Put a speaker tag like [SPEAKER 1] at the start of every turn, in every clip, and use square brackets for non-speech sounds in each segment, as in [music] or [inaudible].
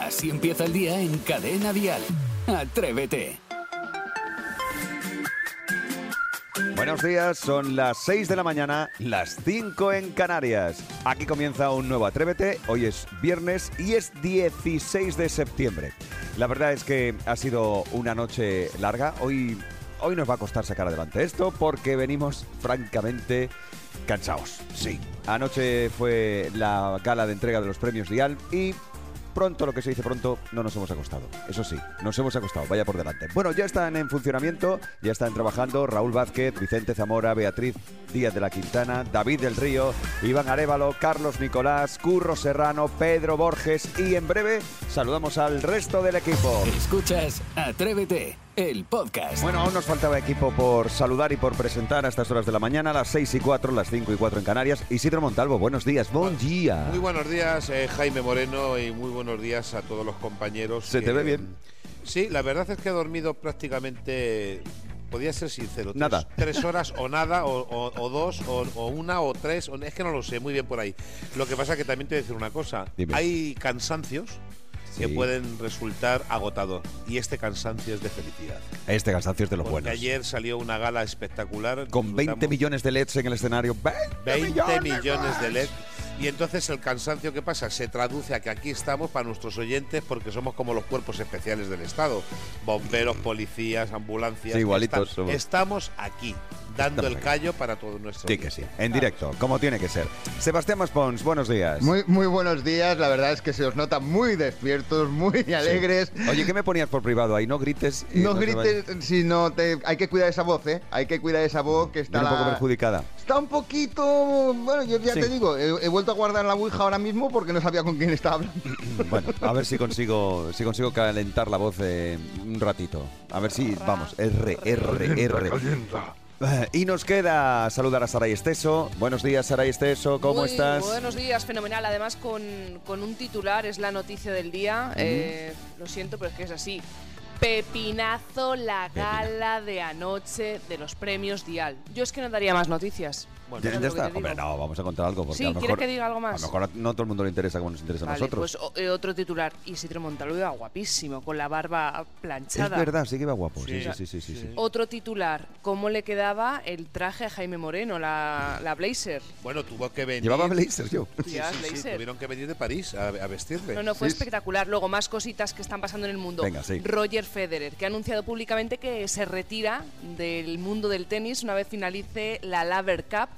[SPEAKER 1] Así empieza el día en Cadena Dial. Atrévete.
[SPEAKER 2] Buenos días, son las 6 de la mañana, las 5 en Canarias. Aquí comienza un nuevo Atrévete, hoy es viernes y es 16 de septiembre. La verdad es que ha sido una noche larga, hoy, hoy nos va a costar sacar adelante esto porque venimos francamente cansados. Sí, anoche fue la gala de entrega de los premios Dial y pronto, lo que se dice pronto, no nos hemos acostado. Eso sí, nos hemos acostado, vaya por delante. Bueno, ya están en funcionamiento, ya están trabajando Raúl Vázquez, Vicente Zamora, Beatriz Díaz de la Quintana, David del Río, Iván Arevalo, Carlos Nicolás, Curro Serrano, Pedro Borges y en breve saludamos al resto del equipo.
[SPEAKER 1] Escuchas Atrévete, el podcast.
[SPEAKER 2] Bueno, aún nos faltaba equipo por saludar y por presentar a estas horas de la mañana, las 6 y 4, las 5 y 4 en Canarias. Isidro Montalvo, buenos días, buen día.
[SPEAKER 3] Muy buenos días, eh, Jaime Moreno, y muy buenos días a todos los compañeros.
[SPEAKER 2] ¿Se te ve bien?
[SPEAKER 3] Sí, la verdad es que he dormido prácticamente, podía ser sincero, tres-
[SPEAKER 2] Nada. [laughs]
[SPEAKER 3] Tres horas o nada, o, o- o dos, o, o una, o tres, o- es que no lo sé, muy bien por ahí. Lo que pasa es que también te voy a decir una cosa,
[SPEAKER 2] Dime.
[SPEAKER 3] hay cansancios que
[SPEAKER 2] Sí.
[SPEAKER 3] pueden resultar agotador, y este cansancio es de felicidad.
[SPEAKER 2] Este cansancio es de los
[SPEAKER 3] Porque
[SPEAKER 2] buenos.
[SPEAKER 3] ayer salió una gala espectacular.
[SPEAKER 2] Con 20
[SPEAKER 3] disfrutamos-
[SPEAKER 2] millones de LEDs en el escenario. ¡20,
[SPEAKER 3] 20 millones
[SPEAKER 2] más!
[SPEAKER 3] de E LED. Y entonces el cansancio que pasa se traduce a que aquí estamos para nuestros oyentes porque somos como los cuerpos especiales del Estado. Bomberos, policías, ambulancias.
[SPEAKER 2] Sí, igualitos
[SPEAKER 3] Esta-
[SPEAKER 2] somos.
[SPEAKER 3] Estamos aquí, dando
[SPEAKER 2] Estamos
[SPEAKER 3] el
[SPEAKER 2] aquí.
[SPEAKER 3] callo para todos nuestros
[SPEAKER 2] Sí que sí,
[SPEAKER 3] Ah.
[SPEAKER 2] en directo, como tiene que ser. Sebastián Maspons, buenos días.
[SPEAKER 4] Muy, muy buenos días, la verdad es que se os nota muy despiertos, muy alegres.
[SPEAKER 2] Sí. Oye, ¿qué me ponías por privado ahí? No grites. eh,
[SPEAKER 4] No
[SPEAKER 2] se
[SPEAKER 4] grites,
[SPEAKER 2] vaya.
[SPEAKER 4] sino te, hay que cuidar esa voz, ¿eh? Hay que cuidar esa voz que está
[SPEAKER 2] Viene un poco
[SPEAKER 4] la-
[SPEAKER 2] perjudicada. [clears throat]
[SPEAKER 4] Está un poquito... Bueno, yo ya
[SPEAKER 2] Sí.
[SPEAKER 4] te digo, he, he vuelto a guardar la Ouija ahora mismo porque no sabía con quién
[SPEAKER 2] [laughs]
[SPEAKER 4] estaba hablando.
[SPEAKER 2] Bueno, a ver si consigo, si consigo calentar la voz eh, un ratito. A ver si, vamos, R, R, R. Eh, Y nos queda saludar a Saray Esteso. Buenos días, Saray Esteso, ¿cómo
[SPEAKER 5] Muy
[SPEAKER 2] estás?
[SPEAKER 5] Buenos días, fenomenal. Además, con, con un titular, es la noticia del día. Eh, lo siento, pero es que es así. Pepinazo la
[SPEAKER 2] Pepina.
[SPEAKER 5] gala de anoche de los premios Dial. Yo es que no daría más noticias.
[SPEAKER 3] Bueno,
[SPEAKER 2] Ya,
[SPEAKER 5] es
[SPEAKER 2] ya
[SPEAKER 5] Pues lo que
[SPEAKER 2] está.
[SPEAKER 5] te digo.
[SPEAKER 2] Hombre, no, vamos a contar algo. Porque
[SPEAKER 5] Sí,
[SPEAKER 2] a lo
[SPEAKER 5] ¿quieres
[SPEAKER 2] mejor-
[SPEAKER 5] que diga algo más?
[SPEAKER 2] A lo mejor no todo el mundo le interesa como nos interesa a
[SPEAKER 5] Vale,
[SPEAKER 2] nosotros.
[SPEAKER 5] pues o- eh, otro titular. Isidro Montalvo guapísimo, con la barba
[SPEAKER 2] es
[SPEAKER 5] planchada.
[SPEAKER 2] verdad, sí que va guapo. Sí, sí,
[SPEAKER 3] Sí.
[SPEAKER 2] sí, sí. sí, sí.
[SPEAKER 5] Otro titular, ¿cómo le quedaba el traje a Jaime Moreno, la, la blazer?
[SPEAKER 3] Bueno, tuvo que venir.
[SPEAKER 2] Llevaba blazer yo.
[SPEAKER 3] Sí,
[SPEAKER 5] Llevaba
[SPEAKER 3] sí, sí,
[SPEAKER 5] blazer.
[SPEAKER 3] tuvieron que venir de París a, a vestirle.
[SPEAKER 5] No, no, fue
[SPEAKER 4] Sí, sí.
[SPEAKER 5] espectacular. Luego, más cositas que están pasando en el mundo.
[SPEAKER 2] Venga, sí.
[SPEAKER 5] Roger Federer, que ha anunciado públicamente que se retira del mundo del tenis una vez finalice la Laver Cup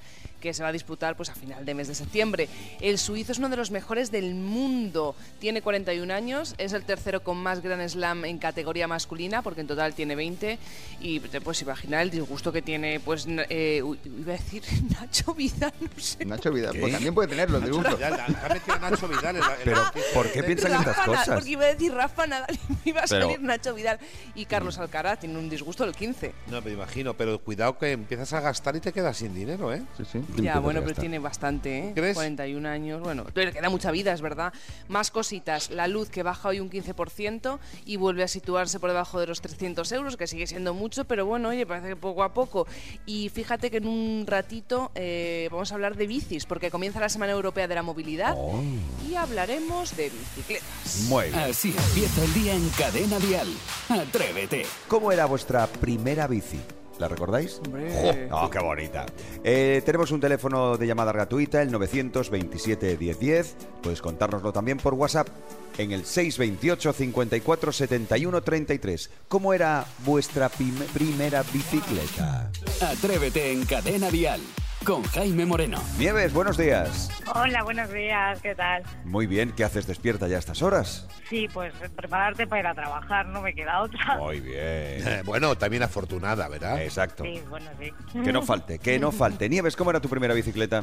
[SPEAKER 5] que se va a disputar pues a final de mes de septiembre. El suizo es uno de los mejores del mundo. Tiene 41 años, es el tercero con más Grand Slam en categoría masculina, porque en total tiene 20 y te puedes imaginar el disgusto que tiene pues na- eh, uy, iba a decir [laughs] Nacho Vidal, no sé.
[SPEAKER 4] Nacho Vidal,
[SPEAKER 2] ¿Qué?
[SPEAKER 4] pues también puede tenerlo,
[SPEAKER 3] Nacho
[SPEAKER 4] disgusto.
[SPEAKER 3] Vidal, ha metido a Nacho Vidal en la- en la
[SPEAKER 2] Pero,
[SPEAKER 3] noticia.
[SPEAKER 2] ¿por qué piensan en estas
[SPEAKER 5] [laughs] Rafa Nadal,
[SPEAKER 2] cosas?
[SPEAKER 5] porque iba a decir Rafa Nadal y me iba a
[SPEAKER 2] Pero-
[SPEAKER 5] salir Nacho Vidal. Y Carlos Alcaraz tiene un disgusto del 15.
[SPEAKER 3] No, me imagino, pero cuidado que empiezas a gastar y te quedas sin dinero, ¿eh? [laughs]
[SPEAKER 4] Sí, sí.
[SPEAKER 5] [laughs]
[SPEAKER 2] [laughs]
[SPEAKER 5] Ya, bueno, pero
[SPEAKER 2] está.
[SPEAKER 5] tiene bastante, ¿eh?
[SPEAKER 3] ¿Crees?
[SPEAKER 5] 41 años, bueno, pero le queda mucha vida, es verdad. Más cositas, la luz que baja hoy un 15% y vuelve a situarse por debajo de los 300 euros, que sigue siendo mucho, pero bueno, oye, parece que poco a poco. Y fíjate que en un ratito eh, vamos a hablar de bicis, porque comienza la Semana Europea de la Movilidad
[SPEAKER 2] Oh,
[SPEAKER 5] y hablaremos de bicicletas.
[SPEAKER 2] muy bien.
[SPEAKER 1] Así empieza el día en Cadena Dial. Atrévete.
[SPEAKER 2] ¿Cómo era vuestra primera bici? ¿La recordáis?
[SPEAKER 5] Hombre.
[SPEAKER 2] ¡Jo! ¡Oh, qué bonita! Eh, tenemos un teléfono de llamada gratuita, el 927-1010. Puedes contárnoslo también por WhatsApp en el 628 54 71 33. ¿Cómo era vuestra pime- primera bicicleta?
[SPEAKER 1] Atrévete en Cadena Dial. Con Jaime Moreno.
[SPEAKER 2] Nieves, buenos días.
[SPEAKER 6] Hola, buenos días, ¿qué tal?
[SPEAKER 2] Muy bien, ¿qué haces despierta ya a estas horas?
[SPEAKER 6] Sí, pues prepararte para ir a trabajar, no me queda otra.
[SPEAKER 2] Muy
[SPEAKER 6] [laughs]
[SPEAKER 2] bien.
[SPEAKER 3] Eh, Bueno, también afortunada, ¿verdad?
[SPEAKER 2] Exacto.
[SPEAKER 6] Sí, bueno, sí.
[SPEAKER 2] Que no falte, que no
[SPEAKER 6] [laughs]
[SPEAKER 2] falte. Nieves, ¿cómo era tu primera bicicleta?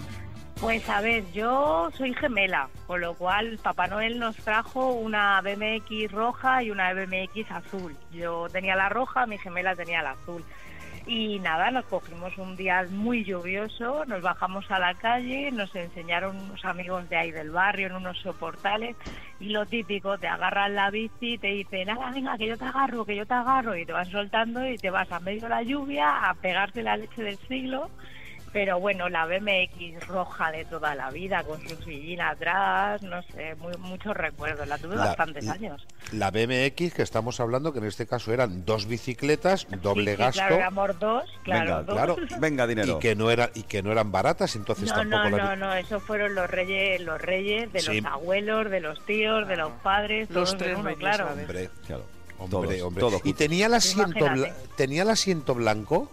[SPEAKER 6] Pues a ver, yo soy gemela, con lo cual Papá Noel nos trajo una BMX roja y una BMX azul. Yo tenía la roja, mi gemela tenía la azul. Y nada, nos cogimos un día muy lluvioso, nos bajamos a la calle, nos enseñaron unos amigos de ahí del barrio en unos soportales y lo típico, te agarran la bici y te dicen, nada, venga, que yo te agarro, que yo te agarro y te van soltando y te vas a medio de la lluvia a pegarte la leche del siglo Pero bueno, la BMX roja de toda la vida, con su sillina atrás, no sé, muy- muchos recuerdos. La tuve
[SPEAKER 3] La-
[SPEAKER 6] bastantes años.
[SPEAKER 3] La BMX que estamos hablando, que en este caso eran dos bicicletas, doble
[SPEAKER 6] Sí, sí,
[SPEAKER 3] gasto.
[SPEAKER 6] Claro, éramos dos, claro.
[SPEAKER 2] venga,
[SPEAKER 6] dos.
[SPEAKER 3] claro.
[SPEAKER 6] [laughs]
[SPEAKER 2] Venga, dinero.
[SPEAKER 3] y que no era y que no eran baratas entonces
[SPEAKER 6] No,
[SPEAKER 3] tampoco
[SPEAKER 6] no,
[SPEAKER 3] las-
[SPEAKER 6] no, no, esos fueron los reyes, los reyes de
[SPEAKER 3] Sí.
[SPEAKER 6] los abuelos, de los tíos, de los padres, todos
[SPEAKER 5] Los
[SPEAKER 6] en
[SPEAKER 5] tres
[SPEAKER 6] uno,
[SPEAKER 5] reyes,
[SPEAKER 6] claro.
[SPEAKER 5] ¿sabes?
[SPEAKER 3] hombre
[SPEAKER 2] Claro,
[SPEAKER 3] hombre
[SPEAKER 2] todos,
[SPEAKER 3] hombre
[SPEAKER 2] todos
[SPEAKER 3] y
[SPEAKER 2] juntos.
[SPEAKER 3] tenía el asiento
[SPEAKER 6] Imagínate.
[SPEAKER 3] bla- tenía el asiento blanco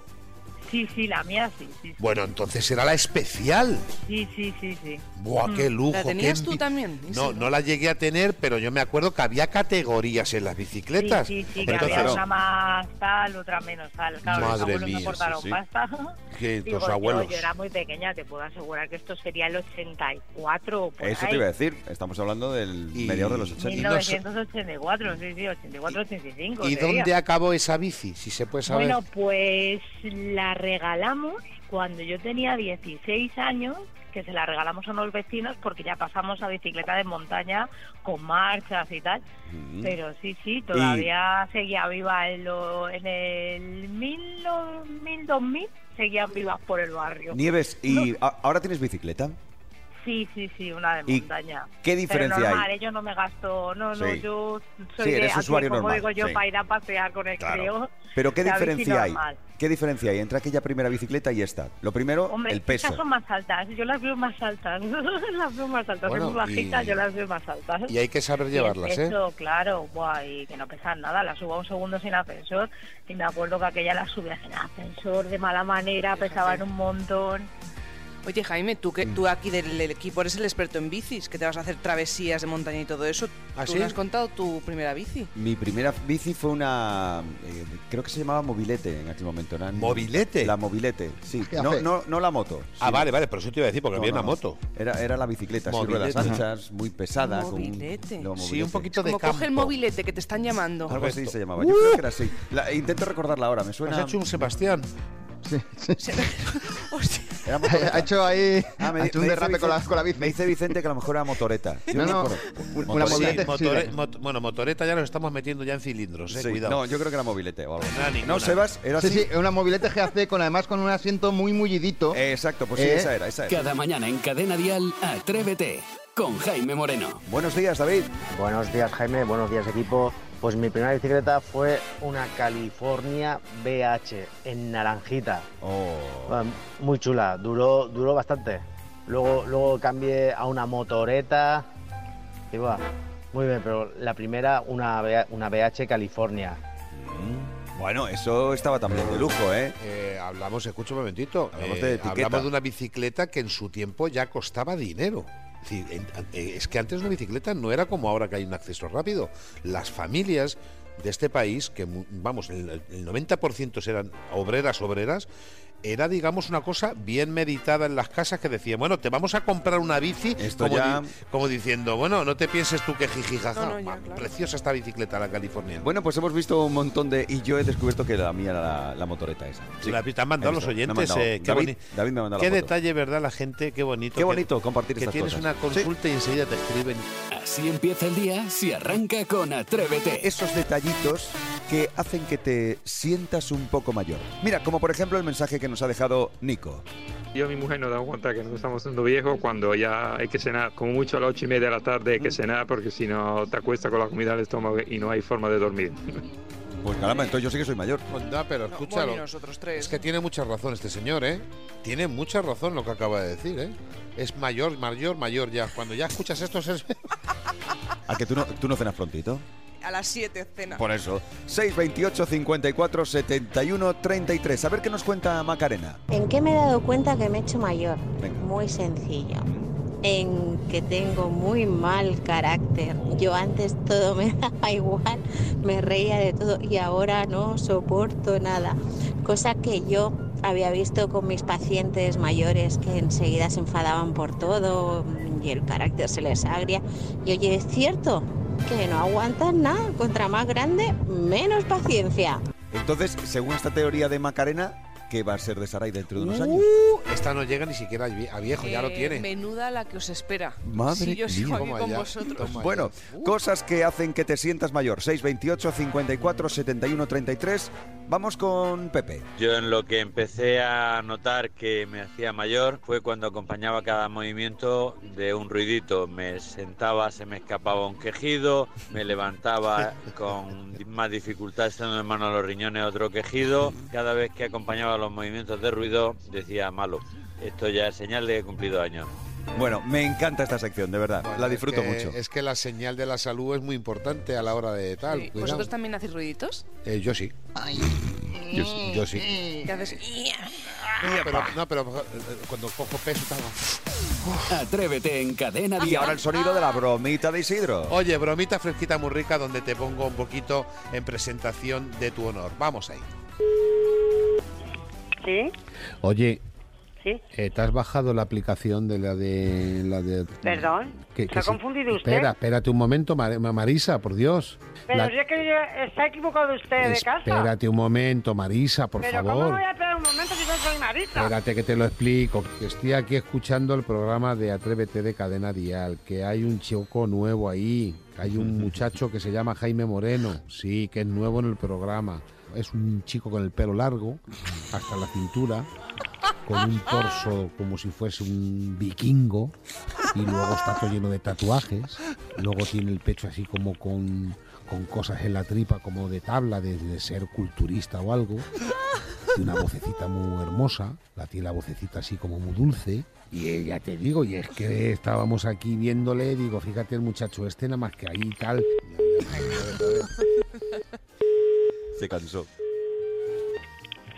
[SPEAKER 6] Sí, sí, la mía sí, sí, sí,
[SPEAKER 3] bueno entonces era la especial
[SPEAKER 6] sí, sí, sí, sí.
[SPEAKER 3] Buah,
[SPEAKER 6] Mm.
[SPEAKER 3] qué lujo.
[SPEAKER 5] ¿La
[SPEAKER 3] qué
[SPEAKER 5] tenías tú
[SPEAKER 3] envi-
[SPEAKER 5] también?
[SPEAKER 3] No,
[SPEAKER 5] Isidro?
[SPEAKER 3] no la llegué a tener, pero yo me acuerdo que había categorías en las bicicletas.
[SPEAKER 6] Sí, sí, sí,
[SPEAKER 2] Hombre,
[SPEAKER 6] que había
[SPEAKER 2] claro.
[SPEAKER 6] una más tal, otra menos tal. Claro, los
[SPEAKER 3] Madre
[SPEAKER 6] abuelos
[SPEAKER 3] mía, sí,
[SPEAKER 6] no aportaron
[SPEAKER 2] sí.
[SPEAKER 6] pasta.
[SPEAKER 3] [laughs] Que
[SPEAKER 6] Digo,
[SPEAKER 3] tus
[SPEAKER 6] yo-
[SPEAKER 3] abuelos.
[SPEAKER 6] Yo, era muy pequeña, te puedo asegurar que esto sería el 84 o por
[SPEAKER 2] Eso te
[SPEAKER 6] ahí.
[SPEAKER 2] iba a decir. Estamos hablando del
[SPEAKER 3] Y-
[SPEAKER 2] mediados de los 80.
[SPEAKER 3] y no-
[SPEAKER 6] 1984, sí, sí, 84, 85.
[SPEAKER 3] ¿Y
[SPEAKER 6] sería.
[SPEAKER 3] dónde acabó esa bici? Si se puede saber.
[SPEAKER 6] Bueno, pues la regalamos cuando yo tenía 16 años, que se la regalamos a unos vecinos porque ya pasamos a bicicleta de montaña con marchas y tal.
[SPEAKER 2] Mm.
[SPEAKER 6] Pero sí, sí, todavía seguía viva en, lo- en el 1000, no- 1000, 2000, seguían vivas por el barrio.
[SPEAKER 2] Nieves, ¿y a- ahora tienes bicicleta?
[SPEAKER 6] Sí, sí, sí, una de
[SPEAKER 2] ¿Y
[SPEAKER 6] montaña.
[SPEAKER 2] qué
[SPEAKER 6] Pero
[SPEAKER 2] diferencia
[SPEAKER 6] normal,
[SPEAKER 2] hay?
[SPEAKER 6] eh, yo no me gasto, no, no,
[SPEAKER 2] Sí.
[SPEAKER 6] yo soy
[SPEAKER 2] Sí,
[SPEAKER 6] de
[SPEAKER 2] eres
[SPEAKER 6] aquí,
[SPEAKER 2] usuario
[SPEAKER 6] como
[SPEAKER 2] normal,
[SPEAKER 6] digo yo,
[SPEAKER 2] sí.
[SPEAKER 6] para ir a pasear con el
[SPEAKER 2] Claro.
[SPEAKER 6] crío.
[SPEAKER 2] Pero ¿qué
[SPEAKER 6] la bici
[SPEAKER 2] diferencia hay?
[SPEAKER 6] normal.
[SPEAKER 2] ¿Qué diferencia hay entre aquella primera bicicleta y esta? Lo primero,
[SPEAKER 6] Hombre,
[SPEAKER 2] el
[SPEAKER 6] estas
[SPEAKER 2] peso.
[SPEAKER 6] son más altas, yo las veo más altas, [laughs] las veo más altas,
[SPEAKER 3] Bueno,
[SPEAKER 6] son muy bajitas,
[SPEAKER 3] y-
[SPEAKER 6] yo las veo más altas.
[SPEAKER 3] Y hay que saber
[SPEAKER 6] Y el
[SPEAKER 3] llevarlas, ¿eh?
[SPEAKER 6] peso, claro, buah, y que no pesan nada, la subo a un segundo sin ascensor y me acuerdo que aquella la subía sin ascensor de mala manera, pesaban un montón.
[SPEAKER 5] Oye, Jaime, tú, que,
[SPEAKER 3] Mm.
[SPEAKER 5] tú aquí del, del equipo eres el experto en bicis, que te vas a hacer travesías de montaña y todo eso.
[SPEAKER 3] ¿Ah,
[SPEAKER 5] ¿Tú
[SPEAKER 3] sí?
[SPEAKER 5] no has contado tu primera bici?
[SPEAKER 2] Mi primera bici fue una. eh, creo que se llamaba Mobilete en aquel momento. eran-
[SPEAKER 3] ¿Mobilete?
[SPEAKER 2] La Mobilete, sí.
[SPEAKER 4] ¿Qué
[SPEAKER 2] No,
[SPEAKER 4] hace?
[SPEAKER 2] no, no la moto.
[SPEAKER 3] Ah,
[SPEAKER 2] sino-
[SPEAKER 3] vale, vale, pero eso te iba a decir porque
[SPEAKER 2] no,
[SPEAKER 3] había
[SPEAKER 2] no,
[SPEAKER 3] una
[SPEAKER 2] no.
[SPEAKER 3] moto.
[SPEAKER 2] Era, era la bicicleta, así,
[SPEAKER 3] Mobilete.
[SPEAKER 2] ruedas anchas, muy pesada. con un-
[SPEAKER 5] Mobilete.
[SPEAKER 2] no,
[SPEAKER 3] Sí, un poquito de
[SPEAKER 5] Como
[SPEAKER 3] campo.
[SPEAKER 5] coge el mobilete que te están llamando. [laughs]
[SPEAKER 2] Algo así
[SPEAKER 3] Correcto.
[SPEAKER 2] se llamaba. Yo creo que era así. La- intento recordarla ahora, me
[SPEAKER 3] Has
[SPEAKER 2] suena.
[SPEAKER 3] hecho un Sebastián.
[SPEAKER 4] Sí, sí.
[SPEAKER 3] [laughs]
[SPEAKER 5] Hostia.
[SPEAKER 2] Era
[SPEAKER 4] [laughs]
[SPEAKER 2] motoreta.
[SPEAKER 4] Ha hecho ahí
[SPEAKER 2] Ah, me
[SPEAKER 4] ha
[SPEAKER 2] di-
[SPEAKER 4] hecho
[SPEAKER 2] me
[SPEAKER 4] un
[SPEAKER 2] dice
[SPEAKER 4] derrape con la,
[SPEAKER 2] Vicente-
[SPEAKER 4] con la
[SPEAKER 2] Me
[SPEAKER 4] bici.
[SPEAKER 2] dice Vicente que a lo mejor era motoreta. Yo
[SPEAKER 4] No, no,
[SPEAKER 2] me acuerdo.
[SPEAKER 4] un- una
[SPEAKER 3] Sí,
[SPEAKER 4] mobilete, sí,
[SPEAKER 3] motore-
[SPEAKER 4] venga.
[SPEAKER 3] mot- bueno, motoreta ya nos estamos metiendo ya en cilindros, eh.
[SPEAKER 2] Sí,
[SPEAKER 3] Cuidado.
[SPEAKER 2] No, yo creo que era mobilete o algo.
[SPEAKER 3] Nada, ninguna.
[SPEAKER 2] No, Sebas, era
[SPEAKER 4] Sí,
[SPEAKER 2] así.
[SPEAKER 4] sí, una mobilete GAC con además con un asiento muy mullidito.
[SPEAKER 2] Eh, exacto, pues sí,
[SPEAKER 4] Eh.
[SPEAKER 2] esa era, esa era.
[SPEAKER 1] Cada mañana en Cadena Dial, Atrévete con Jaime Moreno.
[SPEAKER 2] Buenos días, David.
[SPEAKER 7] Buenos días Jaime, buenos días equipo. Pues mi primera bicicleta fue una California BH en naranjita.
[SPEAKER 2] Oh.
[SPEAKER 7] Ah, Muy chula, duró, duró bastante. Luego, luego cambié a una motoreta. Y buah, muy bien, pero la primera una, B- una BH California.
[SPEAKER 2] Bueno, eso estaba también de lujo, ¿eh?
[SPEAKER 3] Eh, hablamos, escucha un momentito.
[SPEAKER 2] Hablamos
[SPEAKER 3] eh,
[SPEAKER 2] de etiqueta.
[SPEAKER 3] hablamos de una bicicleta que en su tiempo ya costaba dinero. Es decir, en- eh, Es que antes una bicicleta no era como ahora que hay un acceso rápido. Las familias de este país, que mu- vamos, el el 90% eran obreras, obreras, era, digamos, una cosa bien meditada en las casas que decían, bueno, te vamos a comprar una bici,
[SPEAKER 2] Esto
[SPEAKER 3] como,
[SPEAKER 2] ya-
[SPEAKER 3] di- como diciendo, bueno, no te pienses tú que jiji, jaja.
[SPEAKER 5] No, no, ya,
[SPEAKER 3] Ma-
[SPEAKER 5] claro.
[SPEAKER 3] Preciosa esta bicicleta, la californiana.
[SPEAKER 2] Bueno, pues hemos visto un montón de. Y yo he descubierto que la mía era la, la motoreta esa. Sí.
[SPEAKER 3] La- te han mandado
[SPEAKER 2] Ahí
[SPEAKER 3] los
[SPEAKER 2] está, me han
[SPEAKER 3] oyentes.
[SPEAKER 2] mandado.
[SPEAKER 3] eh, qué
[SPEAKER 2] David,
[SPEAKER 3] boni-
[SPEAKER 2] David me ha mandado
[SPEAKER 3] Qué
[SPEAKER 2] la foto.
[SPEAKER 3] detalle, ¿verdad? La gente, qué bonito.
[SPEAKER 2] Qué
[SPEAKER 3] que-
[SPEAKER 2] bonito compartir
[SPEAKER 3] Que,
[SPEAKER 2] estas
[SPEAKER 3] tienes
[SPEAKER 2] cosas.
[SPEAKER 3] una consulta y enseguida te escriben.
[SPEAKER 1] Así empieza el día si arranca con Atrévete.
[SPEAKER 2] esos detallitos que hacen que te sientas un poco mayor. Mira, como por ejemplo el mensaje que nos ha dejado Nico.
[SPEAKER 8] Yo y mi mujer nos damos cuenta que nos estamos haciendo viejos cuando ya hay que cenar, como mucho a las ocho y media de la tarde hay
[SPEAKER 9] Mm.
[SPEAKER 8] que cenar porque si no te acuestas con la comida en el estómago y no hay forma de dormir.
[SPEAKER 2] Pues caramba, entonces yo sí que soy mayor.
[SPEAKER 3] Onda, pero
[SPEAKER 5] No,
[SPEAKER 3] escúchalo.
[SPEAKER 5] bueno, y nosotros tres.
[SPEAKER 3] es que tiene mucha razón este señor, ¿eh? Tiene mucha razón lo que acaba de decir, ¿eh? Es mayor, mayor, mayor ya. Cuando ya escuchas
[SPEAKER 2] [laughs]
[SPEAKER 3] esto, es...
[SPEAKER 2] ¿A que tú no, tú no cenas prontito?
[SPEAKER 5] A las 7 cena.
[SPEAKER 3] Pues,
[SPEAKER 2] Por eso. 628 54 71 33. A ver qué nos cuenta Macarena.
[SPEAKER 10] ¿En qué me he dado cuenta que me he hecho mayor?
[SPEAKER 2] Venga.
[SPEAKER 10] Muy sencillo. En que tengo muy mal carácter. Yo antes todo me [laughs] daba igual, me reía de todo y ahora no soporto nada. Cosa que yo había visto con mis pacientes mayores que enseguida se enfadaban por todo y el carácter se les agria. Y oye, es cierto que no aguantan nada. Contra más grande, menos paciencia.
[SPEAKER 2] Entonces, según esta teoría de Macarena, qué va a ser de Sarai dentro de unos
[SPEAKER 3] Uh,
[SPEAKER 2] años.
[SPEAKER 3] Esta no llega ni siquiera a vie- a viejo, ya lo
[SPEAKER 5] Eh,
[SPEAKER 3] tiene.
[SPEAKER 5] Menuda la que os espera.
[SPEAKER 2] Madre
[SPEAKER 5] si yo sigo
[SPEAKER 2] mía.
[SPEAKER 5] aquí
[SPEAKER 3] Toma
[SPEAKER 5] con
[SPEAKER 3] ya,
[SPEAKER 5] vosotros.
[SPEAKER 3] toma
[SPEAKER 2] Bueno, cosas que hacen que te sientas mayor. 628 54 71 33. Vamos con Pepe.
[SPEAKER 9] Yo en lo que empecé a notar que me hacía mayor fue cuando acompañaba cada movimiento de un ruidito. Me sentaba, se me escapaba un quejido, me levantaba con más dificultad estando en mano los riñones otro quejido. Cada vez que acompañaba los movimientos de ruido decía malo. Esto ya es señal de que he cumplido años.
[SPEAKER 2] Bueno, me encanta esta sección, de verdad.
[SPEAKER 3] Bueno,
[SPEAKER 2] la
[SPEAKER 3] es
[SPEAKER 2] disfruto
[SPEAKER 3] que-
[SPEAKER 2] mucho.
[SPEAKER 3] Es que la señal de la salud es muy importante a la hora de tal.
[SPEAKER 5] Sí,
[SPEAKER 3] cuidado.
[SPEAKER 5] ¿Vosotros también hacéis ruiditos?
[SPEAKER 3] Eh, yo sí. Yo, sí- yo sí.
[SPEAKER 5] ¿Qué haces? Ah,
[SPEAKER 3] No, pero, no, pero, eh, cuando cojo peso, tal.
[SPEAKER 1] Atrévete en Cadena
[SPEAKER 2] Y
[SPEAKER 1] Dial.
[SPEAKER 2] ahora el sonido de la bromita de Isidro.
[SPEAKER 3] Oye, bromita fresquita muy rica donde te pongo un poquito en presentación de tu honor. Vamos ahí.
[SPEAKER 6] ¿Sí?
[SPEAKER 3] Oye, eh,
[SPEAKER 6] ¿Sí?
[SPEAKER 3] ¿te has bajado la aplicación de la de... La de
[SPEAKER 6] Perdón,
[SPEAKER 3] que-
[SPEAKER 6] ¿se
[SPEAKER 3] que
[SPEAKER 6] ha
[SPEAKER 3] sí.
[SPEAKER 6] confundido usted?
[SPEAKER 3] Espera, espérate un momento, Mar- Marisa, por Dios.
[SPEAKER 6] Pero
[SPEAKER 3] La-
[SPEAKER 6] si es que yo- está equivocado usted de casa.
[SPEAKER 3] Espérate un momento, Marisa, por
[SPEAKER 6] Pero ¿cómo
[SPEAKER 3] favor.
[SPEAKER 6] voy a esperar un momento si yo soy marita?
[SPEAKER 3] Espérate que te lo explico. Que Estoy aquí escuchando el programa de Atrévete de Cadena Dial, que hay un chico nuevo ahí, que hay un muchacho que se llama Jaime Moreno, sí, que es nuevo en el programa. Es un chico con el pelo largo, hasta la cintura, con un torso como si fuese un vikingo, y luego está todo lleno de tatuajes, luego tiene el pecho así como con, con cosas en la tripa, como de tabla, de- de ser culturista o algo y una vocecita muy hermosa, la tiene la vocecita así como muy dulce. Y eh, ya te digo, y es que estábamos aquí viéndole, digo, fíjate el muchacho este, nada más que ahí y tal.
[SPEAKER 2] Se cansó.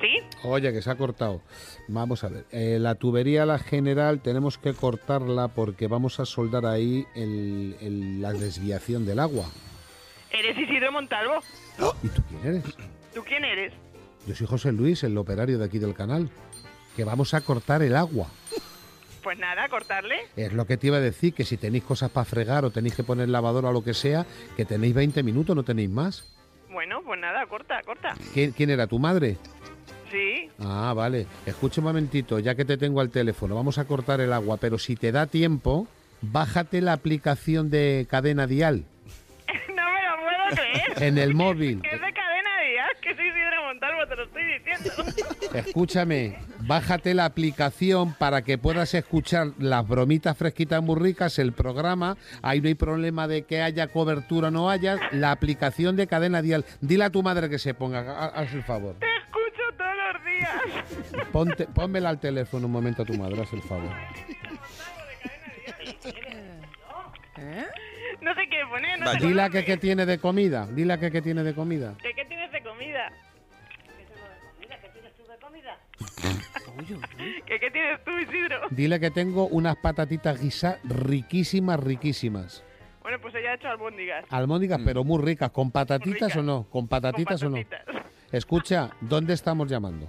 [SPEAKER 6] ¿Sí?
[SPEAKER 3] Oye, que se ha cortado. Vamos a ver, eh, la tubería, la general, tenemos que cortarla porque vamos a soldar ahí el- el- la desviación del agua.
[SPEAKER 6] ¿Eres Isidro Montalvo?
[SPEAKER 3] ¿Y tú quién eres?
[SPEAKER 6] ¿Tú quién eres?
[SPEAKER 3] Yo soy José Luis, el operario de aquí del canal, que vamos a cortar el agua.
[SPEAKER 6] Pues nada, cortarle.
[SPEAKER 3] Es lo que te iba a decir, que si tenéis cosas para fregar o tenéis que poner lavadora o lo que sea, que tenéis 20 minutos, no tenéis más.
[SPEAKER 6] Bueno, pues nada, corta, corta.
[SPEAKER 3] ¿Quién, quién era? ¿Tu madre?
[SPEAKER 6] Sí.
[SPEAKER 3] Ah, vale. Escucha un momentito, ya que te tengo al teléfono, vamos a cortar el agua, pero si te da tiempo, bájate la aplicación de cadena dial
[SPEAKER 6] No me lo puedo creer.
[SPEAKER 3] en el móvil.
[SPEAKER 6] Que es de cadena de días, que soy Isidro Montalvo, te lo estoy diciendo.
[SPEAKER 3] Escúchame, bájate la aplicación para que puedas escuchar las bromitas fresquitas muy ricas, el programa. Ahí no hay problema de que haya cobertura o no haya. La aplicación de cadena dial. Dile a tu madre que se ponga, ha- haz el favor.
[SPEAKER 6] Te escucho todos los días.
[SPEAKER 3] Ponte, pónmela al teléfono un momento a tu madre, haz el favor.
[SPEAKER 5] ¿Eh?
[SPEAKER 6] No sé qué poner, no
[SPEAKER 2] Vaya.
[SPEAKER 6] sé
[SPEAKER 3] Dile a que, que tiene de comida, dile a que, que tiene de comida.
[SPEAKER 6] ¿De qué tienes de comida? ¿Qué, ¿Qué tienes tú, Isidro?
[SPEAKER 3] Dile que tengo unas patatitas guisas riquísimas, riquísimas.
[SPEAKER 6] Bueno, pues ella ha hecho albóndigas.
[SPEAKER 3] Almóndigas, pero Mm. muy ricas. ¿Con patatitas
[SPEAKER 6] ricas.
[SPEAKER 3] o no? ¿Con patatitas o no? Escucha, ¿dónde estamos llamando?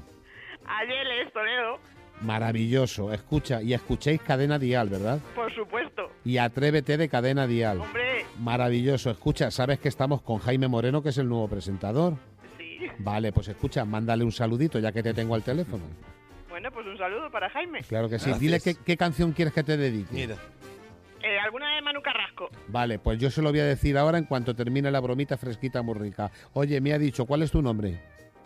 [SPEAKER 6] Ayer es Toledo,
[SPEAKER 3] Maravilloso, escucha y escuchéis Cadena Dial, ¿verdad?
[SPEAKER 6] por supuesto.
[SPEAKER 3] Y atrévete de Cadena Dial.
[SPEAKER 6] Hombre,
[SPEAKER 3] Maravilloso, escucha, sabes que estamos con Jaime Moreno, que es el nuevo presentador.
[SPEAKER 6] sí.
[SPEAKER 3] Vale, pues escucha, mándale un saludito ya que te tengo al teléfono.
[SPEAKER 6] Bueno, pues un saludo para Jaime.
[SPEAKER 3] Claro que sí, dile qué, qué canción quieres que te dedique.
[SPEAKER 6] Eh, ¿Alguna de Manu Carrasco?
[SPEAKER 3] Vale, pues yo se lo voy a decir ahora en cuanto termine la bromita fresquita muy rica. Oye, me ha dicho, ¿cuál es tu nombre?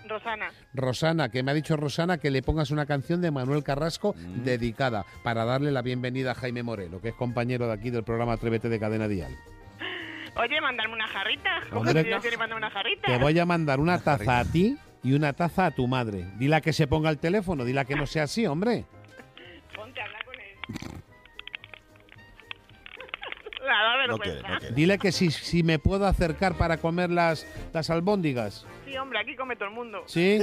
[SPEAKER 6] Rosana.
[SPEAKER 3] Rosana, que me ha dicho Rosana que le pongas una canción de Manuel Carrasco dedicada para darle la bienvenida a Jaime Moreno, que es compañero de aquí del programa Atrévete de Cadena Dial.
[SPEAKER 6] Oye, mandarme una jarrita. ¿Cómo
[SPEAKER 3] Hombre,
[SPEAKER 6] te decir mandarme una jarrita?
[SPEAKER 3] Te voy a mandar una taza a ti y una taza a tu madre. Dile a que se ponga el teléfono, dile a que no sea así, hombre.
[SPEAKER 6] Ponte a hablar con él. [laughs] La da
[SPEAKER 2] No
[SPEAKER 3] pues
[SPEAKER 6] vergüenza.
[SPEAKER 2] quiere, no quiere.
[SPEAKER 3] Dile que si, si me puedo acercar para comer las, las albóndigas.
[SPEAKER 6] Sí, hombre, aquí come todo el mundo.
[SPEAKER 3] ¿Sí?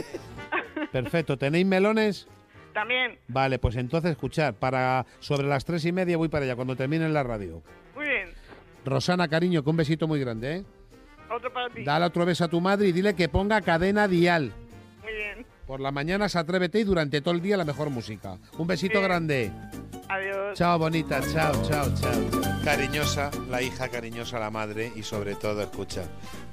[SPEAKER 6] [laughs]
[SPEAKER 3] Perfecto. ¿Tenéis melones?
[SPEAKER 6] También.
[SPEAKER 3] Vale, pues entonces escuchar, para sobre las tres y media voy para allá, cuando termine la radio.
[SPEAKER 6] Muy bien.
[SPEAKER 3] Rosana, cariño, que un besito muy grande, ¿eh?
[SPEAKER 6] Otro para ti.
[SPEAKER 3] Dale otro beso a tu madre y dile que ponga cadena dial.
[SPEAKER 6] Muy bien.
[SPEAKER 3] Por la mañana se atrévete y durante todo el día la mejor música. Un besito
[SPEAKER 6] Bien.
[SPEAKER 3] grande.
[SPEAKER 6] Adiós.
[SPEAKER 3] Chao, bonita. Chao, chao, chao. chao. Cariñosa, la hija cariñosa, la madre y sobre todo, escucha,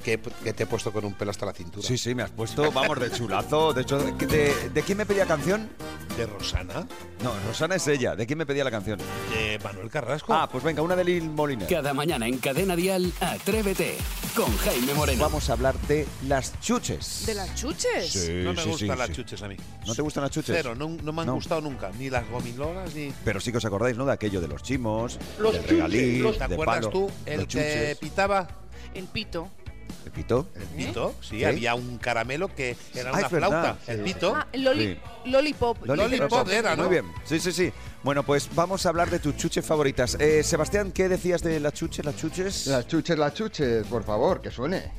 [SPEAKER 3] que, que te he puesto con un pelo hasta la cintura.
[SPEAKER 2] Sí, sí, me has puesto, vamos, de chulazo. De hecho, ¿de, de, de quién me pedía canción?
[SPEAKER 3] ¿De Rosana?
[SPEAKER 2] No, Rosana es ella. ¿De quién me pedía la canción?
[SPEAKER 3] De Manuel Carrasco.
[SPEAKER 2] Ah, pues venga, una de Lil Molina.
[SPEAKER 1] Cada mañana en Cadena Dial, Atrévete con Jaime Moreno.
[SPEAKER 2] Vamos a hablar de las chuches.
[SPEAKER 5] ¿De las chuches?
[SPEAKER 2] Sí,
[SPEAKER 3] no me
[SPEAKER 2] sí, sí,
[SPEAKER 3] gustan las
[SPEAKER 2] sí.
[SPEAKER 3] chuches a mí.
[SPEAKER 2] ¿No te gustan las chuches?
[SPEAKER 3] Cero, no, no me han
[SPEAKER 2] No.
[SPEAKER 3] gustado nunca. Ni las gomilolas ni.
[SPEAKER 2] Pero sí que os acordáis, ¿no? De aquello de los chimos,
[SPEAKER 3] Los
[SPEAKER 2] del
[SPEAKER 3] chuches,
[SPEAKER 2] regalí,
[SPEAKER 3] los- ¿Te
[SPEAKER 2] de
[SPEAKER 3] acuerdas
[SPEAKER 2] palo,
[SPEAKER 3] tú? El
[SPEAKER 2] los
[SPEAKER 3] que
[SPEAKER 2] chuches.
[SPEAKER 3] pitaba.
[SPEAKER 5] El pito.
[SPEAKER 2] ¿El pito?
[SPEAKER 3] El
[SPEAKER 6] ¿Eh?
[SPEAKER 3] pito, sí,
[SPEAKER 2] ¿Sí?
[SPEAKER 3] había un caramelo que era
[SPEAKER 2] Ah,
[SPEAKER 3] una
[SPEAKER 2] es verdad,
[SPEAKER 3] flauta.
[SPEAKER 2] sí.
[SPEAKER 3] El pito.
[SPEAKER 5] Ah, loli- Lollipop.
[SPEAKER 3] Lollipop era, ¿no?
[SPEAKER 2] Muy bien, sí, sí, sí. Bueno, pues vamos a hablar de tus chuches favoritas. Eh, Sebastián, ¿qué decías de las chuches, las chuches?
[SPEAKER 4] Las chuches, las chuches, por favor, que suene.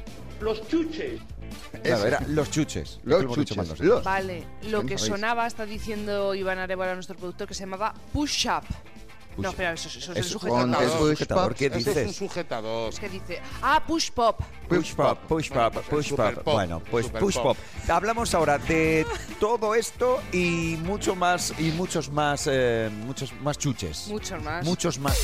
[SPEAKER 2] Claro, era los chuches.
[SPEAKER 4] Los
[SPEAKER 2] Lo hemos dicho
[SPEAKER 4] chuches,
[SPEAKER 2] mal nosotros.
[SPEAKER 4] los-
[SPEAKER 5] Vale, lo
[SPEAKER 4] no
[SPEAKER 5] que
[SPEAKER 4] sabéis.
[SPEAKER 5] sonaba está diciendo Iván Arevalo, nuestro productor, que se llamaba Push Up.
[SPEAKER 2] Push
[SPEAKER 5] no,
[SPEAKER 2] up.
[SPEAKER 5] espera, eso, eso es el
[SPEAKER 2] Eso-
[SPEAKER 5] sujetador.
[SPEAKER 4] Con el
[SPEAKER 3] sujetador.
[SPEAKER 4] push
[SPEAKER 2] Sujetador,
[SPEAKER 4] pop,
[SPEAKER 2] ¿Qué
[SPEAKER 3] Eso es un
[SPEAKER 2] dices?
[SPEAKER 3] sujetador.
[SPEAKER 5] Es que dice, ah, Push Pop.
[SPEAKER 2] Push pop, push pop, push
[SPEAKER 3] Super
[SPEAKER 2] pop.
[SPEAKER 3] pop,
[SPEAKER 2] Bueno, pues
[SPEAKER 3] super
[SPEAKER 2] push
[SPEAKER 3] pop.
[SPEAKER 2] pop. Hablamos ahora de todo esto y mucho más y muchos más eh, muchos más chuches.
[SPEAKER 5] Muchos más.
[SPEAKER 2] Muchos más.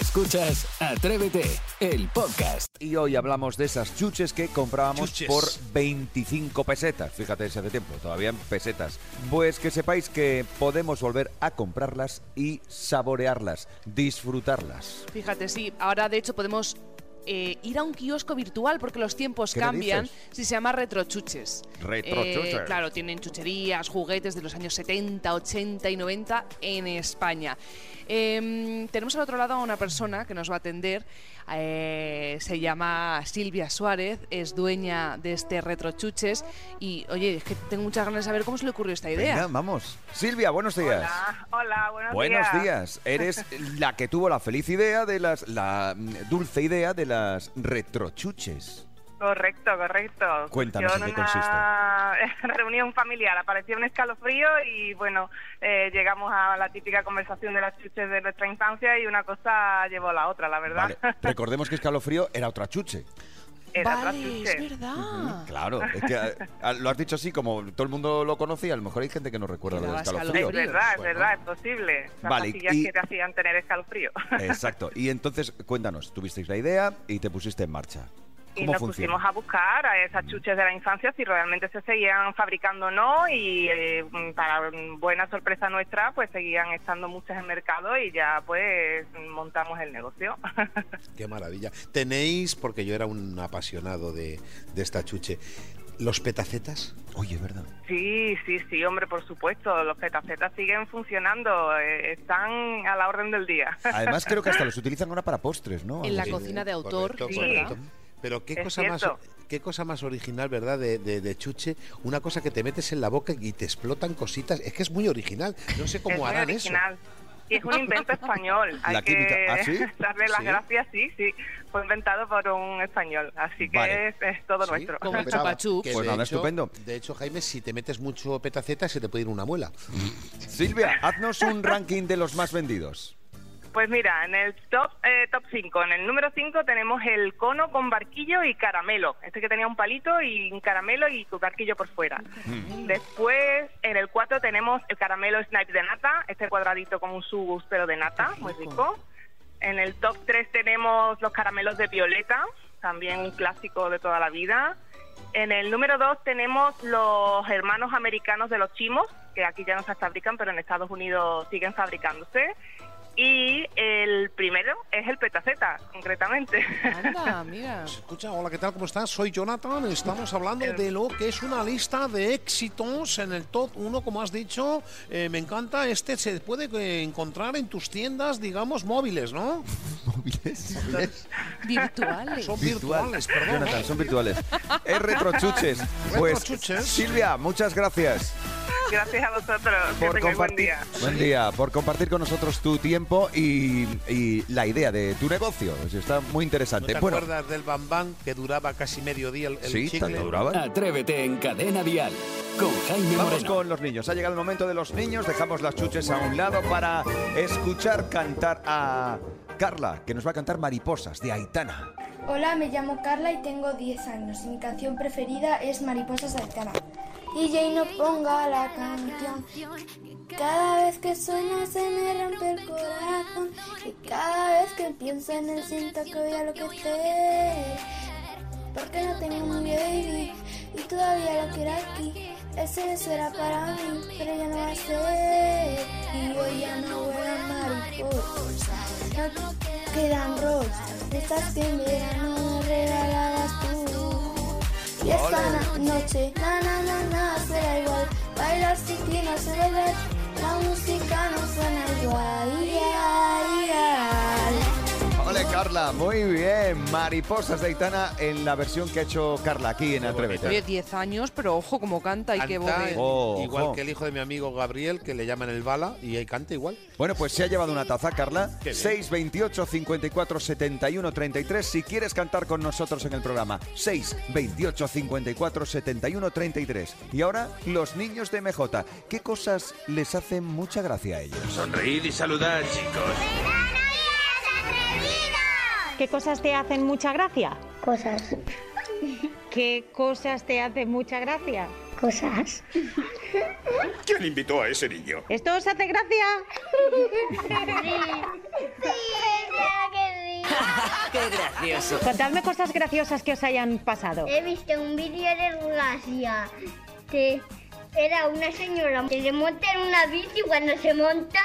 [SPEAKER 1] Escuchas Atrévete, el podcast.
[SPEAKER 2] Y hoy hablamos de esas chuches que comprábamos
[SPEAKER 3] Chuches.
[SPEAKER 2] por 25 pesetas. Fíjate, ese hace tiempo, todavía en pesetas. Pues que sepáis que podemos volver a comprarlas y saborearlas, disfrutarlas.
[SPEAKER 5] Fíjate, sí, ahora de hecho podemos eh, ir a un kiosco virtual porque los tiempos
[SPEAKER 2] ¿Qué me
[SPEAKER 5] cambian.
[SPEAKER 2] dices?
[SPEAKER 5] Si se llama retrochuches.
[SPEAKER 2] Retrochuches.
[SPEAKER 5] Eh, claro, tienen chucherías, juguetes de los años 70, 80 y 90 en España. Em, tenemos al otro lado a una persona que nos va a atender. eh, se llama Silvia Suárez, es dueña de este Retrochuches. Y oye, es que tengo muchas ganas de saber cómo se le ocurrió esta idea.
[SPEAKER 2] Venga, vamos. Silvia, buenos días.
[SPEAKER 6] Hola, hola, buenos,
[SPEAKER 2] Buenos
[SPEAKER 6] días.
[SPEAKER 2] días. Eres la que tuvo la feliz idea de las. la mm, dulce idea de las retrochuches.
[SPEAKER 6] Correcto, correcto.
[SPEAKER 2] Cuéntanos
[SPEAKER 6] Surgió
[SPEAKER 2] en qué
[SPEAKER 6] [laughs] una reunión familiar apareció un escalofrío y bueno, eh, llegamos a la típica conversación de las chuches de nuestra infancia y una cosa llevó a la otra, la verdad.
[SPEAKER 2] Vale. Recordemos que Escalofrío era otra chuche.
[SPEAKER 6] Era otra
[SPEAKER 5] Vale,
[SPEAKER 6] chuche.
[SPEAKER 5] es verdad.
[SPEAKER 2] Claro, es que ah, ah, lo has dicho así, como todo el mundo lo conocía, a lo mejor hay gente que no recuerda
[SPEAKER 5] Que
[SPEAKER 2] lo de
[SPEAKER 5] daba
[SPEAKER 2] escalofrío.
[SPEAKER 6] Es verdad, es
[SPEAKER 2] Bueno.
[SPEAKER 6] verdad, es posible. Las
[SPEAKER 2] Vale,
[SPEAKER 6] pastillas
[SPEAKER 2] y-
[SPEAKER 6] que te hacían tener este escalofrío.
[SPEAKER 2] Exacto. Y entonces, cuéntanos, tuvisteis la idea y te pusiste en marcha.
[SPEAKER 6] Y
[SPEAKER 2] ¿Cómo
[SPEAKER 6] nos
[SPEAKER 2] funciona?
[SPEAKER 6] pusimos a buscar a esas chuches de la infancia si realmente se seguían fabricando o no y eh, mm, para mm, buena sorpresa nuestra pues seguían estando muchas en mercado y ya pues mm, montamos el negocio. [laughs]
[SPEAKER 3] Qué maravilla. Tenéis, porque yo era un apasionado de, de esta chuche, los petacetas.
[SPEAKER 2] Oye, verdad.
[SPEAKER 6] sí, sí, sí, hombre, por supuesto, los petacetas siguen funcionando, eh, están a la orden del día.
[SPEAKER 2] Además, creo que hasta los utilizan ahora para postres, ¿no?
[SPEAKER 5] En la
[SPEAKER 2] Algo así.
[SPEAKER 5] cocina de autor,
[SPEAKER 3] Correcto,
[SPEAKER 6] Sí.
[SPEAKER 3] correcto. Pero qué
[SPEAKER 6] Es
[SPEAKER 3] cosa
[SPEAKER 6] cierto.
[SPEAKER 3] más qué cosa más original, ¿verdad? De, de- de chuche, una cosa que te metes en la boca y te explotan cositas. Es que es muy original. No sé
[SPEAKER 6] es
[SPEAKER 3] cómo
[SPEAKER 6] muy
[SPEAKER 3] harán
[SPEAKER 6] original. Y es un invento español. Hay
[SPEAKER 2] La química.
[SPEAKER 6] que
[SPEAKER 2] ¿Ah, sí?
[SPEAKER 6] [laughs] darle las
[SPEAKER 3] Sí.
[SPEAKER 6] gracias, sí, sí. Fue inventado por un español, así que
[SPEAKER 2] Vale.
[SPEAKER 6] es, es todo
[SPEAKER 3] Sí.
[SPEAKER 6] nuestro.
[SPEAKER 5] Como el
[SPEAKER 4] Esperaba.
[SPEAKER 3] eso.
[SPEAKER 5] chupa chups.
[SPEAKER 3] Que
[SPEAKER 2] Pues
[SPEAKER 3] de
[SPEAKER 2] nada,
[SPEAKER 3] hecho-
[SPEAKER 2] estupendo.
[SPEAKER 3] De hecho, Jaime, si te metes mucho petaceta, se te puede ir una muela.
[SPEAKER 2] Silvia, haznos un ranking de los más vendidos.
[SPEAKER 6] Pues mira, en el top eh, top 5, en el número 5 tenemos el cono con barquillo y caramelo. Este que tenía un palito y un caramelo y tu barquillo por fuera. Después, en el 4 tenemos el caramelo snipe de nata, este cuadradito como un sugus pero de nata, muy rico. En el top 3 tenemos los caramelos de violeta, también un clásico de toda la vida. En el número 2 tenemos los hermanos americanos de los chimos, que aquí ya no se fabrican, pero en Estados Unidos siguen fabricándose. Y el primero es el petaceta, concretamente. [laughs]
[SPEAKER 5] Anda, mira.
[SPEAKER 3] Ah, Escucha, hola, ¿qué tal? ¿Cómo estás? Soy Jonathan. Estamos hablando de lo que es una lista de éxitos en el top 1, como has dicho. Eh, me encanta. Este se puede eh, encontrar en tus tiendas, digamos, móviles, ¿no?
[SPEAKER 5] Virtuales.
[SPEAKER 3] Son
[SPEAKER 2] Virtual.
[SPEAKER 3] virtuales, perdón.
[SPEAKER 2] Jonathan, son virtuales. Es retrochuches. Pues,
[SPEAKER 3] Retrochuches.
[SPEAKER 2] Silvia, muchas gracias
[SPEAKER 6] Gracias a vosotros.
[SPEAKER 2] por
[SPEAKER 6] que tengáis buen
[SPEAKER 2] compartir.
[SPEAKER 6] día.
[SPEAKER 2] Buen día, por compartir con nosotros tu tiempo y, y la idea de tu negocio. Está muy
[SPEAKER 3] ¿No te
[SPEAKER 2] interesante. bueno,
[SPEAKER 3] acuerdas del bambán que duraba casi medio día el, el
[SPEAKER 2] sí,
[SPEAKER 3] chicle?
[SPEAKER 2] tanto duraba.
[SPEAKER 1] Atrévete en Cadena Dial con Jaime
[SPEAKER 2] Vamos
[SPEAKER 1] Moreno.
[SPEAKER 2] con los niños. Ha llegado el momento de los niños. Dejamos las chuches a un lado para escuchar cantar a Carla, que nos va a cantar Mariposas de Aitana.
[SPEAKER 7] Hola, me llamo Carla y tengo 10 años. Mi canción preferida es Mariposas de Alcalá. Y Jane no ponga la canción. Cada vez que suena se me rompe el corazón. Y cada vez que pienso en él siento que voy a enloquecer. Porque no tengo mi baby y todavía lo quiero aquí. Ese beso era para mí, pero ya no va a ser. Y hoy ya no voy a mariposas. No te quedan rosas, de estas que en verano me regalabas tú. Y esta
[SPEAKER 11] Ole.
[SPEAKER 7] na- noche, na na na na, será igual. Bailar sin ti no se ve, la música no suena igual. Ia, ia.
[SPEAKER 2] Ole, Carla, muy bien. Mariposas de Aitana en la versión que ha hecho Carla aquí en
[SPEAKER 5] Oye,
[SPEAKER 2] Atrévete.
[SPEAKER 5] 10 años, pero ojo cómo canta y qué voz.
[SPEAKER 3] Canta
[SPEAKER 5] de-
[SPEAKER 3] igual que el hijo de mi amigo Gabriel, que le llaman el bala, y ahí canta igual.
[SPEAKER 2] Bueno, pues se ha llevado una taza, Carla.
[SPEAKER 3] Qué bien.
[SPEAKER 2] 628 54 71 33. Si quieres cantar con nosotros en el programa, 628 54 71 33. Y ahora, los niños de MJ. ¿Qué cosas les hacen mucha gracia a ellos?
[SPEAKER 8] Sonreír y saludar, chicos.
[SPEAKER 12] ¿Qué cosas te hacen mucha gracia?
[SPEAKER 6] Cosas,
[SPEAKER 12] ¿Qué cosas te hacen mucha gracia?
[SPEAKER 6] cosas.
[SPEAKER 8] ¿Quién invitó a ese niño?
[SPEAKER 12] ¿Esto os hace gracia?
[SPEAKER 8] [laughs] ¡Qué gracioso!
[SPEAKER 12] Contadme cosas graciosas que os hayan pasado.
[SPEAKER 6] He visto un vídeo de Rugasia que era una señora que se monta en una bici y cuando se monta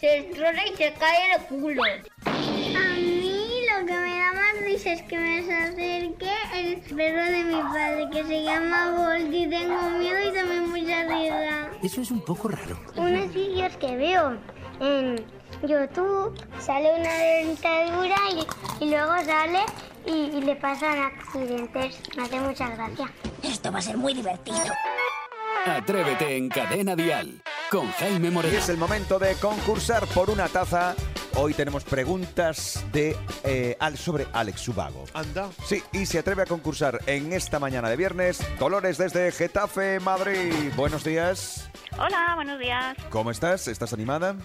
[SPEAKER 6] se destroza y se cae el culo. A mí lo que me da más risa es que me se acerque el perro de mi padre que se llama Gold y tengo miedo y también mucha risa.
[SPEAKER 1] Eso es un poco raro.
[SPEAKER 6] Unos vídeos que veo en YouTube sale una dentadura y, y luego sale y, y le pasan accidentes. Me hace mucha gracia. Esto va a ser muy divertido.
[SPEAKER 1] Atrévete en Cadena Dial con Jaime
[SPEAKER 2] Y
[SPEAKER 1] Moreno.
[SPEAKER 2] es el momento de concursar por una taza. Hoy tenemos preguntas de, eh, al- sobre Alex Ubago.
[SPEAKER 3] Anda.
[SPEAKER 2] Sí, y se atreve a concursar en esta mañana de viernes. Dolores desde Getafe, Madrid. Buenos días.
[SPEAKER 13] Hola, buenos días.
[SPEAKER 2] ¿Cómo estás? ¿Estás animada?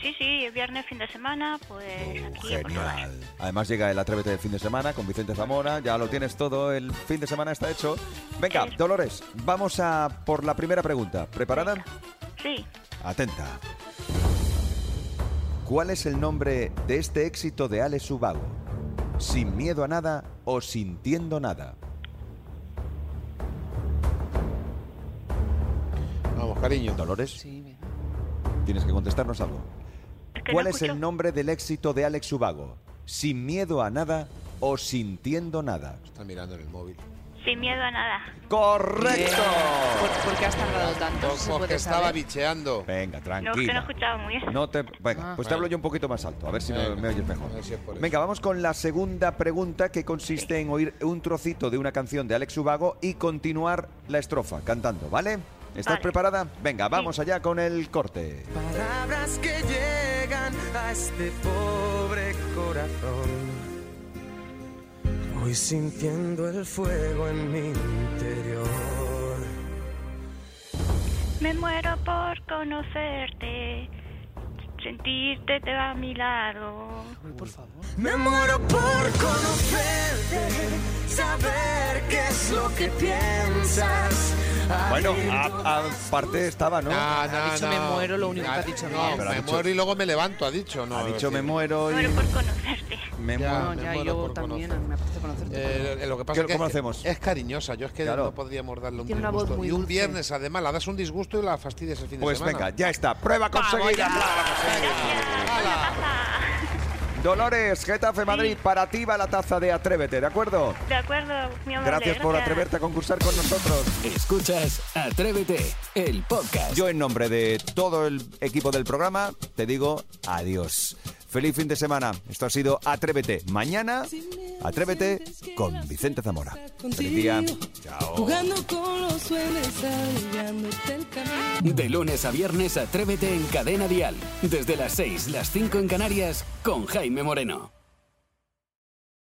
[SPEAKER 13] Sí, sí, es viernes, fin de semana, pues aquí.
[SPEAKER 2] Genial. Además llega el Atrévete del fin de semana con Vicente Zamora. Ya lo tienes todo. El fin de semana está hecho. Venga, Dolores, vamos a por la primera pregunta. ¿Preparada?
[SPEAKER 13] Sí,
[SPEAKER 2] Atenta. ¿Cuál es el nombre de este éxito de Alex Ubago? ¿Sin miedo a nada o sintiendo nada?
[SPEAKER 3] Vamos, cariño.
[SPEAKER 2] ¿Dolores? Tienes que contestarnos algo. ¿Cuál es el nombre del éxito de Alex Ubago? ¿Sin miedo a nada o sintiendo nada?
[SPEAKER 3] Está mirando en el móvil.
[SPEAKER 13] sin miedo a nada.
[SPEAKER 2] ¡Correcto!
[SPEAKER 5] ¿Por qué has tardado tanto? ¿Se
[SPEAKER 3] Porque
[SPEAKER 5] puede
[SPEAKER 3] estaba
[SPEAKER 5] saber?
[SPEAKER 3] bicheando.
[SPEAKER 2] Venga,
[SPEAKER 13] No, es que no
[SPEAKER 2] tranquila.
[SPEAKER 13] escuchaba muy bien.
[SPEAKER 2] No te...
[SPEAKER 13] Ah.
[SPEAKER 2] Venga, pues te hablo yo un poquito más alto, a ver si me,
[SPEAKER 3] Venga.
[SPEAKER 2] me oyes mejor.
[SPEAKER 3] A ver si es por eso.
[SPEAKER 2] Venga, vamos con la segunda pregunta que consiste en oír un trocito de una canción de Alex Ubago y continuar la estrofa cantando, ¿vale? ¿Estás
[SPEAKER 8] Vale.
[SPEAKER 2] preparada? Venga, vamos allá con el corte.
[SPEAKER 8] Palabras que llegan a este pobre corazón.
[SPEAKER 14] Voy sintiendo el fuego en mi interior.
[SPEAKER 13] Me muero por conocerte. Sentirte te va a mi lado. por favor.
[SPEAKER 8] Me muero por conocerte, saber qué es lo que piensas.
[SPEAKER 2] Bueno, a- aparte estaba, ¿no?
[SPEAKER 3] Ah, no,
[SPEAKER 5] Ha dicho me
[SPEAKER 3] no.
[SPEAKER 5] muero, lo único que ha dicho
[SPEAKER 3] No,
[SPEAKER 5] bien.
[SPEAKER 2] Pero ha
[SPEAKER 3] me
[SPEAKER 2] dicho-
[SPEAKER 3] muero y luego me levanto, ha dicho. No,
[SPEAKER 2] ha dicho
[SPEAKER 3] sí. pues,
[SPEAKER 2] me muero y... Me
[SPEAKER 3] Ya,
[SPEAKER 2] muero.
[SPEAKER 3] me
[SPEAKER 5] Ya,
[SPEAKER 3] muero
[SPEAKER 5] yo
[SPEAKER 3] por
[SPEAKER 5] también,
[SPEAKER 3] conocer.
[SPEAKER 5] me apetece conocerte.
[SPEAKER 3] Eh, lo que pasa
[SPEAKER 2] ¿Qué-
[SPEAKER 3] que
[SPEAKER 2] cómo
[SPEAKER 3] es, que
[SPEAKER 2] hacemos?
[SPEAKER 3] es cariñosa, yo es que
[SPEAKER 2] Claro.
[SPEAKER 3] no podríamos darle un
[SPEAKER 5] Tiene una voz
[SPEAKER 3] disgusto.
[SPEAKER 5] muy
[SPEAKER 3] Y un
[SPEAKER 5] dulce.
[SPEAKER 3] viernes, además, la das un disgusto y la fastidias el fin
[SPEAKER 2] Pues
[SPEAKER 3] de semana.
[SPEAKER 2] venga, ya está. Prueba conseguida. Dolores, Getafe Madrid, para ti va la taza de Atrévete, ¿de acuerdo?
[SPEAKER 13] De acuerdo, mi amor.
[SPEAKER 2] Gracias por atreverte a concursar con nosotros.
[SPEAKER 1] Escuchas Atrévete, el podcast.
[SPEAKER 2] Yo en nombre de todo el equipo del programa te digo adiós. Feliz fin de semana. Esto ha sido Atrévete. Mañana, Atrévete con Vicente Zamora. Feliz día. Chao.
[SPEAKER 15] Jugando con los sueños, aliviándote el camino.
[SPEAKER 1] De lunes a viernes, Atrévete en Cadena Dial. Desde las 6, las 5 en Canarias, con Jaime Moreno.